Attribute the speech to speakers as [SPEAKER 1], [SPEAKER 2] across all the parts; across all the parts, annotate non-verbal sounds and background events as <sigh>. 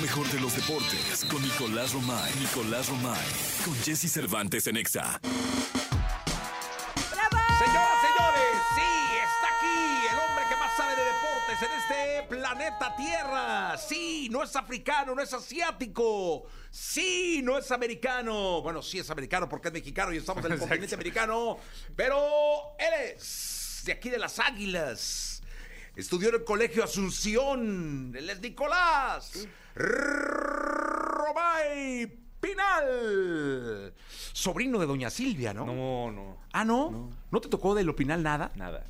[SPEAKER 1] mejor de los deportes con Nicolás Romay. Nicolás Romay. Con Jesse Cervantes en Exa.
[SPEAKER 2] Señoras, señores, sí, está aquí el hombre que más sabe de deportes en este planeta Tierra. Sí, no es africano, no es asiático. Sí, no es americano. Bueno, sí es americano porque es mexicano y estamos en el continente americano. Pero él es de aquí de las Águilas. Estudió en el Colegio Asunción. Él es Nicolás. Romay Pinal. Sobrino de Doña Silvia, ¿no?
[SPEAKER 3] No, no,
[SPEAKER 2] Ah, ¿no? no. te tocó del opinal nada?
[SPEAKER 3] nada.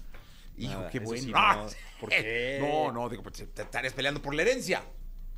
[SPEAKER 2] Hijo,
[SPEAKER 3] nada,
[SPEAKER 2] qué
[SPEAKER 3] eso
[SPEAKER 2] bueno.
[SPEAKER 3] sí,
[SPEAKER 2] Ah,
[SPEAKER 3] no. ¿Por
[SPEAKER 2] eh,
[SPEAKER 3] qué?
[SPEAKER 2] <laughs> No, no, digo, pues, te estarías peleando por la herencia.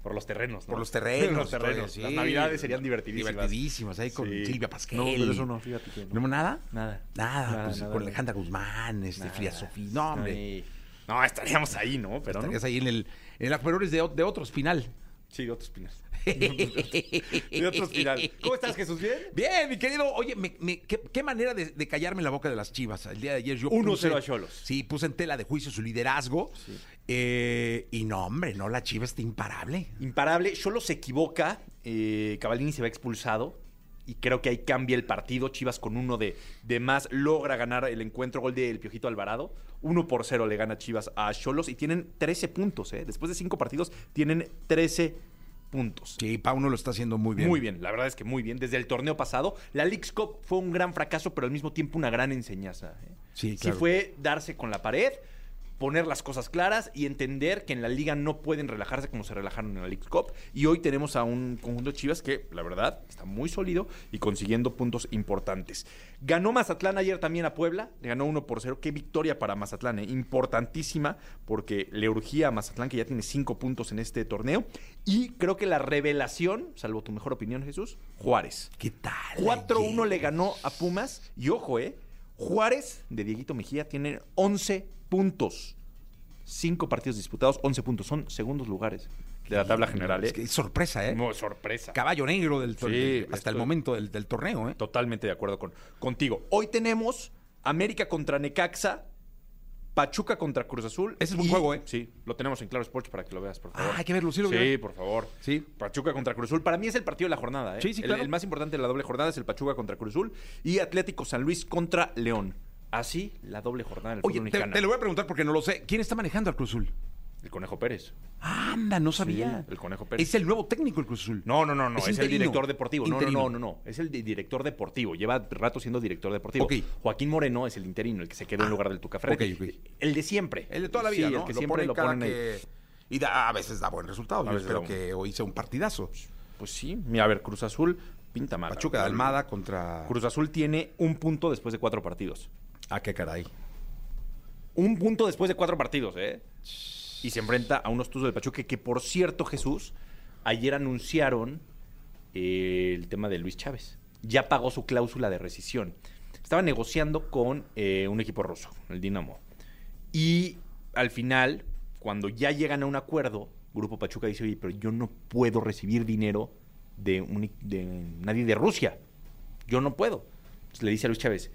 [SPEAKER 3] Por los terrenos, ¿no?
[SPEAKER 2] Por los terrenos.
[SPEAKER 3] <laughs> los terrenos.
[SPEAKER 2] todo,
[SPEAKER 3] Las
[SPEAKER 2] sí.
[SPEAKER 3] navidades serían divertidísimas.
[SPEAKER 2] Divertidísimas, ahí con
[SPEAKER 3] Sí.
[SPEAKER 2] Silvia Pasquel.
[SPEAKER 3] No, pero eso no, fíjate que no.
[SPEAKER 2] ¿No nada?
[SPEAKER 3] Nada.
[SPEAKER 2] Nada,
[SPEAKER 3] Nada,
[SPEAKER 2] pues,
[SPEAKER 3] nada,
[SPEAKER 2] con
[SPEAKER 3] nada.
[SPEAKER 2] Alejandra Guzmán, este,
[SPEAKER 3] Nada.
[SPEAKER 2] Frida Sofía. No, hombre.
[SPEAKER 3] Ay. No, estaríamos ahí, ¿no? Pero no.
[SPEAKER 2] Estarías ahí en el, en el pero eres de, o- de otro espinal.
[SPEAKER 3] Sí, de otros pinas. <laughs> de otros pinas. ¿Cómo estás, Jesús? ¿Bien?
[SPEAKER 2] Bien, mi querido. Oye, me- me- qué, qué manera de, de callarme la boca de las chivas. El día de ayer yo.
[SPEAKER 3] 1-0
[SPEAKER 2] puse-
[SPEAKER 3] a Xolos.
[SPEAKER 2] Sí, puse en tela de juicio su liderazgo. Eh, y no, hombre, no, la chiva está imparable.
[SPEAKER 3] Imparable. Solo se equivoca. Eh, Cavallini se va expulsado. Y creo que ahí cambia el partido. Chivas con uno de, de más logra ganar el encuentro. Gol del Piojito Alvarado. 1 por 0 le gana Chivas a Cholos. Y tienen 13 puntos, ¿eh? Después de 5 partidos, tienen 13 puntos.
[SPEAKER 2] Sí, Pauno lo está haciendo muy bien.
[SPEAKER 3] Muy bien, la verdad es que muy bien. Desde el torneo pasado, la Leagues Cup fue un gran fracaso, pero al mismo tiempo una gran enseñanza. ¿eh?
[SPEAKER 2] Sí, claro.
[SPEAKER 3] fue darse con la pared, poner las cosas claras y entender que en la liga no pueden relajarse como se relajaron en la Leagues Cup. Y hoy tenemos a un conjunto de Chivas que, la verdad, está muy sólido y consiguiendo puntos importantes. Ganó Mazatlán ayer también a Puebla, le ganó 1 por 0. Qué victoria para Mazatlán, ¿eh? importantísima, porque le urgía a Mazatlán, que ya tiene 5 puntos en este torneo. Y creo que la revelación, salvo tu mejor opinión, Jesús, Juárez.
[SPEAKER 2] ¿Qué tal?
[SPEAKER 3] 4-1
[SPEAKER 2] ayer?
[SPEAKER 3] le ganó a Pumas. Y ojo, ¿eh? Juárez de Dieguito Mejía tiene 11 puntos. 5 partidos disputados, 11 puntos. Son segundos lugares de la tabla general, ¿eh?
[SPEAKER 2] Es que es sorpresa, ¿eh?
[SPEAKER 3] No, sorpresa.
[SPEAKER 2] Caballo negro del tor-
[SPEAKER 3] Sí,
[SPEAKER 2] del- hasta
[SPEAKER 3] esto-
[SPEAKER 2] el momento del, del torneo, ¿eh?
[SPEAKER 3] Totalmente de acuerdo con, contigo. Hoy tenemos América contra Necaxa, Pachuca contra Cruz Azul.
[SPEAKER 2] Ese es buen
[SPEAKER 3] y-
[SPEAKER 2] juego, ¿eh?
[SPEAKER 3] Sí, lo tenemos en Claro Sports para que lo veas, por favor.
[SPEAKER 2] Ah, hay que verlo, sí lo voy a
[SPEAKER 3] Sí,
[SPEAKER 2] ver.
[SPEAKER 3] por favor.
[SPEAKER 2] Sí.
[SPEAKER 3] Pachuca contra Cruzul. Para mí es el partido de la jornada, ¿eh?
[SPEAKER 2] Sí, sí,
[SPEAKER 3] El-
[SPEAKER 2] claro.
[SPEAKER 3] El, más importante de la doble jornada es el Pachuca contra Cruzul y Atlético San Luis contra León. Así la doble jornada del
[SPEAKER 2] Oye,
[SPEAKER 3] fútbol
[SPEAKER 2] te,
[SPEAKER 3] mexicano.
[SPEAKER 2] te lo voy a preguntar porque no lo sé. ¿Quién está manejando al Cruz Azul?
[SPEAKER 3] El Conejo Pérez.
[SPEAKER 2] Anda, no sabía.
[SPEAKER 3] el Conejo Pérez.
[SPEAKER 2] Es el nuevo técnico el Cruz Azul.
[SPEAKER 3] No, no, no, no.
[SPEAKER 2] Es
[SPEAKER 3] Es, el
[SPEAKER 2] interino.
[SPEAKER 3] director deportivo. No, no,
[SPEAKER 2] Interino.
[SPEAKER 3] no, no, no. Es el di- director deportivo. Lleva rato siendo director deportivo.
[SPEAKER 2] Ok. Ah.
[SPEAKER 3] Joaquín Moreno es el interino, el que se quedó en lugar del Tuca Ferretti.
[SPEAKER 2] ok, ok.
[SPEAKER 3] El de siempre.
[SPEAKER 2] El de toda la vida,
[SPEAKER 3] Sí,
[SPEAKER 2] ¿no?
[SPEAKER 3] el que
[SPEAKER 2] Lo
[SPEAKER 3] siempre
[SPEAKER 2] ponen
[SPEAKER 3] lo
[SPEAKER 2] cada
[SPEAKER 3] ponen. ahí.
[SPEAKER 2] que- Y da- a veces da buen resultado.
[SPEAKER 3] A
[SPEAKER 2] Yo
[SPEAKER 3] veces da
[SPEAKER 2] espero
[SPEAKER 3] un-
[SPEAKER 2] que hoy sea un partidazo.
[SPEAKER 3] Pues sí. Mira, a ver, Cruz Azul pinta mal.
[SPEAKER 2] Pachuca de Almada contra...
[SPEAKER 3] Cruz Azul tiene un punto después de cuatro partidos.
[SPEAKER 2] Ah, qué caray.
[SPEAKER 3] Un punto después de cuatro partidos, ¿eh? Y se enfrenta a unos Tuzos del Pachuca que, por cierto, Jesús, ayer anunciaron eh, el tema de Luis Chávez. Ya pagó su cláusula de rescisión. Estaba negociando con eh, un equipo ruso, el Dinamo. Y al final, cuando ya llegan a un acuerdo, Grupo Pachuca dice, oye, pero yo no puedo recibir dinero de, un- de nadie de Rusia. Yo no puedo. Entonces le dice a Luis Chávez,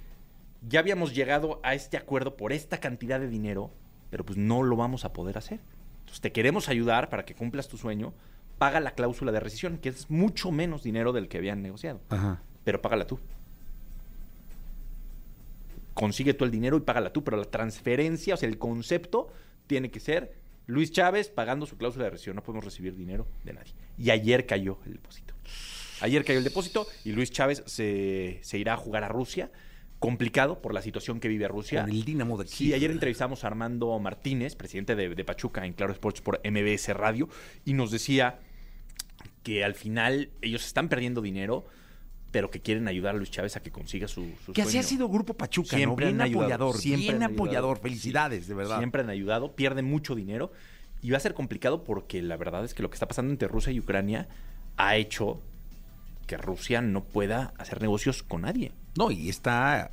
[SPEAKER 3] ya habíamos llegado a este acuerdo por esta cantidad de dinero, pero pues no lo vamos a poder hacer. Entonces te queremos ayudar para que cumplas tu sueño, paga la cláusula de rescisión, que es mucho menos dinero del que habían negociado,
[SPEAKER 2] Ajá.
[SPEAKER 3] pero págala tú. Consigue tú el dinero y págala tú, pero la transferencia, o sea, el concepto tiene que ser Luis Chávez pagando su cláusula de rescisión, no podemos recibir dinero de nadie. Y ayer cayó el depósito. Ayer cayó el depósito y Luis Chávez se, se irá a jugar a Rusia. Complicado por la situación que vive Rusia.
[SPEAKER 2] Con el Dinamo de
[SPEAKER 3] Sí,
[SPEAKER 2] Kiev.
[SPEAKER 3] ayer entrevistamos a Armando Martínez, presidente de, de Pachuca en Claro Sports por MBS Radio, y nos decía que al final ellos están perdiendo dinero, pero que quieren ayudar a Luis Chávez a que consiga su, su
[SPEAKER 2] Que así
[SPEAKER 3] sueño.
[SPEAKER 2] ha sido Grupo Pachuca, ¿no?
[SPEAKER 3] Siempre
[SPEAKER 2] Bien
[SPEAKER 3] han ayudado,
[SPEAKER 2] apoyador,
[SPEAKER 3] siempre
[SPEAKER 2] bien
[SPEAKER 3] han ayudado.
[SPEAKER 2] apoyador.
[SPEAKER 3] Sí.
[SPEAKER 2] Felicidades, de verdad.
[SPEAKER 3] Siempre han ayudado, pierden mucho dinero y va a ser complicado porque la verdad es que lo que está pasando entre Rusia y Ucrania ha hecho que Rusia no pueda hacer negocios con nadie.
[SPEAKER 2] No, y está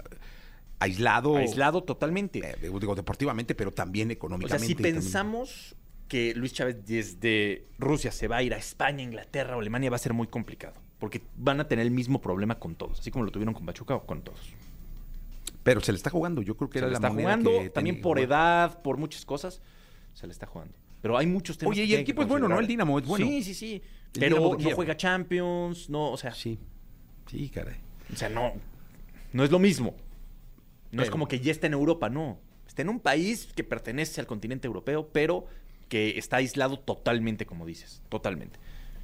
[SPEAKER 2] aislado.
[SPEAKER 3] Aislado totalmente.
[SPEAKER 2] Oh. eh, digo, digo, deportivamente, pero también
[SPEAKER 3] O
[SPEAKER 2] económicamente.
[SPEAKER 3] sea, si
[SPEAKER 2] y también-
[SPEAKER 3] pensamos que Luis Chávez desde Rusia se va a ir a España, Inglaterra o Alemania, va a ser muy complicado. Porque van a tener el mismo problema con todos, así como lo tuvieron con Pachuca o con todos.
[SPEAKER 2] Pero se le está jugando, yo creo que
[SPEAKER 3] se
[SPEAKER 2] era
[SPEAKER 3] le
[SPEAKER 2] la
[SPEAKER 3] está
[SPEAKER 2] manera
[SPEAKER 3] jugando
[SPEAKER 2] que tenía
[SPEAKER 3] también
[SPEAKER 2] que
[SPEAKER 3] por
[SPEAKER 2] jugar.
[SPEAKER 3] edad, por muchas cosas, se le está jugando. Pero hay muchos temas.
[SPEAKER 2] Oye,
[SPEAKER 3] que
[SPEAKER 2] y el
[SPEAKER 3] tienen que
[SPEAKER 2] equipo es bueno, ¿no?
[SPEAKER 3] considerar.
[SPEAKER 2] El Dinamo es bueno.
[SPEAKER 3] Sí, sí, sí.
[SPEAKER 2] El
[SPEAKER 3] Pero
[SPEAKER 2] Dinamo de
[SPEAKER 3] no
[SPEAKER 2] Kiev.
[SPEAKER 3] juega Champions, no, o sea,
[SPEAKER 2] Sí. Sí, caray.
[SPEAKER 3] o sea, no. No es lo mismo. No es
[SPEAKER 2] Pero-
[SPEAKER 3] como que ya está en Europa, no. Está en un país que pertenece al continente europeo, pero que está aislado totalmente, como dices. Totalmente.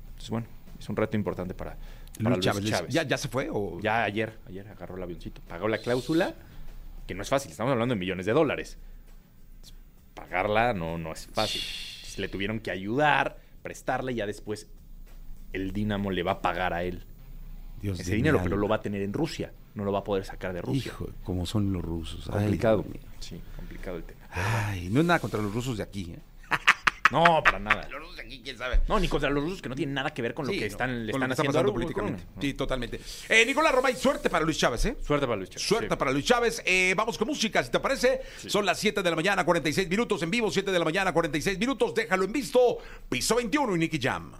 [SPEAKER 3] Entonces, bueno, es un reto importante para, para
[SPEAKER 2] Luis Chávez. ¿Ya, ¿Ya se fue? O...
[SPEAKER 3] Ya ayer, ayer agarró el avioncito, pagó la cláusula, que no es fácil, estamos hablando de millones de dólares. Pagarla no, no es fácil. Entonces, le tuvieron que ayudar, prestarle y ya después el Dinamo le va a pagar a él
[SPEAKER 2] Dios
[SPEAKER 3] ese
[SPEAKER 2] de mi
[SPEAKER 3] dinero, pero
[SPEAKER 2] alma.
[SPEAKER 3] lo va a tener en Rusia, no lo va a poder sacar de Rusia.
[SPEAKER 2] Hijo, como son los rusos. Ay,
[SPEAKER 3] complicado.
[SPEAKER 2] Dios mío.
[SPEAKER 3] sí, complicado el tema.
[SPEAKER 2] Ay, no es nada contra los rusos de aquí. ¿eh?
[SPEAKER 3] No, para nada.
[SPEAKER 2] Los rusos de aquí, quién sabe.
[SPEAKER 3] No, ni contra los rusos que no tienen nada que ver con lo
[SPEAKER 2] Sí,
[SPEAKER 3] que
[SPEAKER 2] no,
[SPEAKER 3] están, le
[SPEAKER 2] con lo
[SPEAKER 3] están
[SPEAKER 2] que está
[SPEAKER 3] haciendo Mm. a
[SPEAKER 2] pasando
[SPEAKER 3] Ru-
[SPEAKER 2] políticamente.
[SPEAKER 3] Ucrania.
[SPEAKER 2] Sí, totalmente. Eh, Nicolás Romay, suerte para Luis Chávez, ¿eh?
[SPEAKER 3] Suerte para Lucha.
[SPEAKER 2] Suerte para Luis Chávez. Eh, vamos con música, si te parece. Son las 7 de la mañana, 46 minutos en vivo, 7 de la mañana, 46 minutos. Déjalo en visto. Piso 21 y Nicky Jam.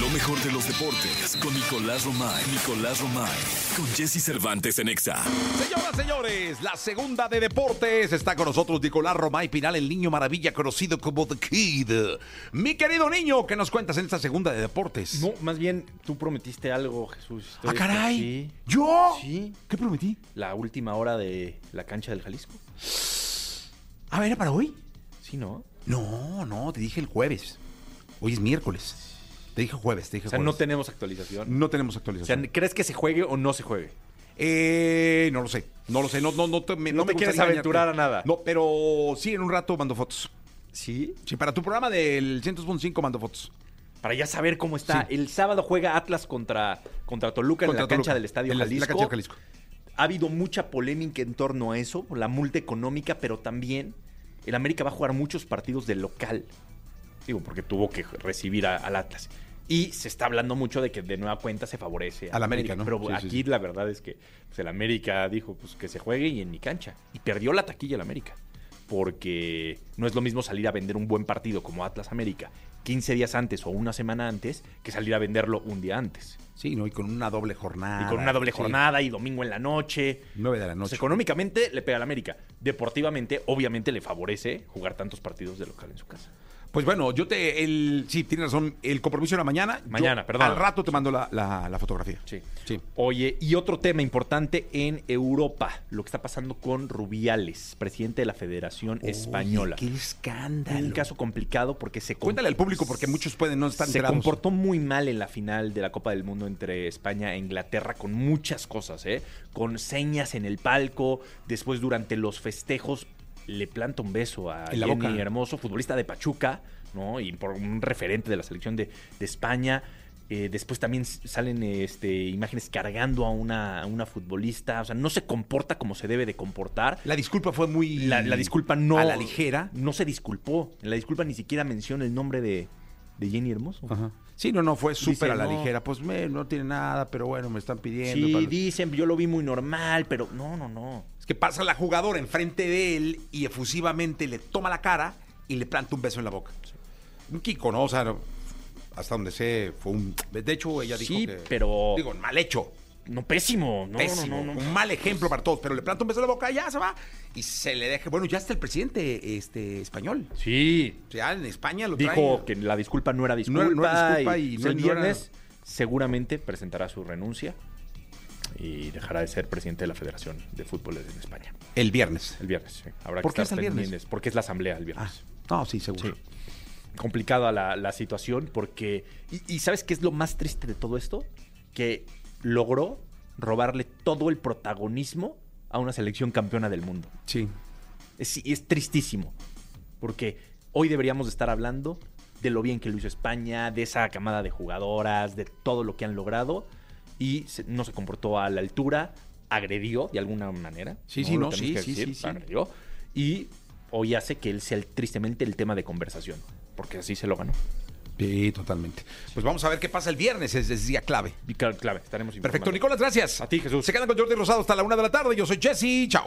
[SPEAKER 1] Lo mejor de los deportes con Nicolás Romay. Nicolás Romay. Con Jesse Cervantes en Exa.
[SPEAKER 2] Señoras, señores, la segunda de deportes. Está con nosotros Nicolás Romay Pinal, el niño maravilla conocido como The Kid. Mi querido niño, ¿qué nos cuentas en esta segunda de deportes?
[SPEAKER 3] No, más bien tú prometiste algo, Jesús.
[SPEAKER 2] ¡Ah,
[SPEAKER 3] Estoy-
[SPEAKER 2] caray!
[SPEAKER 3] Sí.
[SPEAKER 2] ¿Yo?
[SPEAKER 3] Sí.
[SPEAKER 2] ¿Qué prometí?
[SPEAKER 3] la última hora de la cancha del Jalisco.
[SPEAKER 2] A ver, Ah, ¿era para hoy?
[SPEAKER 3] Sí, ¿no?
[SPEAKER 2] No, no, te dije el jueves. Hoy es miércoles. Te dije jueves, te dije
[SPEAKER 3] O sea, no
[SPEAKER 2] jueves.
[SPEAKER 3] tenemos actualización.
[SPEAKER 2] No tenemos
[SPEAKER 3] O sea,
[SPEAKER 2] actualización.
[SPEAKER 3] ¿crees que se juegue o no se juegue?
[SPEAKER 2] Eh, no lo sé. No lo sé. No, no, no te, me-
[SPEAKER 3] No te
[SPEAKER 2] gustaría
[SPEAKER 3] quieres aventurar
[SPEAKER 2] engañarte.
[SPEAKER 3] a nada.
[SPEAKER 2] No, pero sí, en un rato mando fotos.
[SPEAKER 3] Sí.
[SPEAKER 2] Sí, para tu programa del 100.5 mando fotos.
[SPEAKER 3] Para ya saber cómo está.
[SPEAKER 2] Sí.
[SPEAKER 3] El sábado juega Atlas contra, contra Toluca en
[SPEAKER 2] Contra
[SPEAKER 3] la cancha
[SPEAKER 2] Toluca.
[SPEAKER 3] del Estadio
[SPEAKER 2] En la-
[SPEAKER 3] Jalisco.
[SPEAKER 2] La cancha del Jalisco.
[SPEAKER 3] Ha habido mucha polémica en torno a eso, por la multa económica, pero también el América va a jugar muchos partidos de local. Digo, porque tuvo que recibir a- al Atlas. Y se está hablando mucho de que de nueva cuenta se favorece
[SPEAKER 2] Al América, ¿no?
[SPEAKER 3] Pero
[SPEAKER 2] Sí, sí,
[SPEAKER 3] aquí
[SPEAKER 2] sí.
[SPEAKER 3] la verdad es que pues, el América dijo pues, que se juegue y en mi cancha. Y perdió la taquilla el América. Porque no es lo mismo salir a vender un buen partido como Atlas América 15 días antes o una semana antes que salir a venderlo un día antes.
[SPEAKER 2] Sí, ¿no? Y con una doble jornada.
[SPEAKER 3] Y con una doble
[SPEAKER 2] Ah, Sí.
[SPEAKER 3] jornada y domingo en la noche.
[SPEAKER 2] Nueve de la
[SPEAKER 3] Pues
[SPEAKER 2] noche.
[SPEAKER 3] económicamente le pega al América. Deportivamente, obviamente, le favorece jugar tantos partidos de local en su casa.
[SPEAKER 2] Pues bueno, yo te. El, sí, tienes razón. El compromiso era mañana. Yo
[SPEAKER 3] Mañana, perdón.
[SPEAKER 2] Al rato te mando la, la- la fotografía.
[SPEAKER 3] Sí.
[SPEAKER 2] Sí.
[SPEAKER 3] Oye, y otro tema importante en Europa, lo que está pasando con Rubiales, presidente de la Federación Española.
[SPEAKER 2] Oye, ¡Qué escándalo!
[SPEAKER 3] Un caso complicado porque se... com-
[SPEAKER 2] Cuéntale al público porque muchos pueden no estar
[SPEAKER 3] se
[SPEAKER 2] enterados.
[SPEAKER 3] comportó muy mal en la final de la Copa del Mundo entre España e Inglaterra con muchas cosas, ¿eh? Con señas en el palco, después durante los festejos le planta un beso a
[SPEAKER 2] En la
[SPEAKER 3] Jenny
[SPEAKER 2] boca.
[SPEAKER 3] Hermoso, futbolista de Pachuca, ¿no? Y por un referente de la selección de, de España. Eh, después también s- salen este, imágenes cargando a una, a una futbolista. O sea, no se comporta como se debe de comportar.
[SPEAKER 2] La disculpa fue muy.
[SPEAKER 3] La, la disculpa no.
[SPEAKER 2] A la ligera.
[SPEAKER 3] No se disculpó. En la disculpa ni siquiera menciona el nombre de, de Jenny Hermoso.
[SPEAKER 2] Ajá. Sí, no, no, fue súper a la
[SPEAKER 3] no.
[SPEAKER 2] ligera. Pues me, no tiene nada, pero bueno, me están pidiendo.
[SPEAKER 3] Sí,
[SPEAKER 2] para-
[SPEAKER 3] dicen, yo lo vi muy normal, pero no, no, no.
[SPEAKER 2] Es que pasa la jugadora enfrente de él y efusivamente le toma la cara y le planta un beso en la boca. Un Kiko, ¿no? O sea, no- hasta donde sé, fue un. De hecho, ella dijo
[SPEAKER 3] Sí,
[SPEAKER 2] que-
[SPEAKER 3] pero-
[SPEAKER 2] Digo, mal hecho.
[SPEAKER 3] No, pésimo. No,
[SPEAKER 2] pésimo,
[SPEAKER 3] no, no, no.
[SPEAKER 2] un mal ejemplo para todos, pero le planta un beso en la boca, ya se va y se le deja. Bueno, ya está el presidente este español.
[SPEAKER 3] Sí.
[SPEAKER 2] Ya en España lo
[SPEAKER 3] Dijo
[SPEAKER 2] traen-
[SPEAKER 3] que la disculpa no era
[SPEAKER 2] No
[SPEAKER 3] disculpa.
[SPEAKER 2] era- no era disculpa
[SPEAKER 3] y,
[SPEAKER 2] y
[SPEAKER 3] pues,
[SPEAKER 2] no-
[SPEAKER 3] el
[SPEAKER 2] no era-
[SPEAKER 3] viernes seguramente presentará su renuncia y dejará de ser presidente de la Federación de Fútbol en España.
[SPEAKER 2] el viernes.
[SPEAKER 3] El viernes. sí. Habrá
[SPEAKER 2] ¿Por
[SPEAKER 3] que
[SPEAKER 2] qué es
[SPEAKER 3] estar
[SPEAKER 2] el viernes?
[SPEAKER 3] pendientes, Porque es la asamblea el
[SPEAKER 2] Ah,
[SPEAKER 3] viernes.
[SPEAKER 2] no, sí, seguro.
[SPEAKER 3] Sí. Complicada la, la situación porque... Y, y ¿sabes qué es lo más triste de todo esto? Que logró robarle todo el protagonismo a una selección campeona del mundo.
[SPEAKER 2] Sí.
[SPEAKER 3] Es, es tristísimo. Porque hoy deberíamos de estar hablando de lo bien que lo hizo España, de esa camada de jugadoras, de todo lo que han logrado. Y se- no se comportó a la altura, agredió de alguna manera.
[SPEAKER 2] Sí, sí,
[SPEAKER 3] Lo
[SPEAKER 2] no,
[SPEAKER 3] tenemos
[SPEAKER 2] sí,
[SPEAKER 3] que
[SPEAKER 2] sí, sí, sí.
[SPEAKER 3] Agredió. Y hoy hace que él sea el- tristemente el tema de conversación. Porque así se lo ganó.
[SPEAKER 2] Sí, totalmente. Pues vamos a ver qué pasa el viernes, es, es día clave.
[SPEAKER 3] Y cla- clave, estaremos informando.
[SPEAKER 2] Perfecto, Nicolás, gracias.
[SPEAKER 3] A ti, Jesús.
[SPEAKER 2] Se quedan con Jordi Rosado hasta la una de la tarde. Yo soy Jesse. Chao.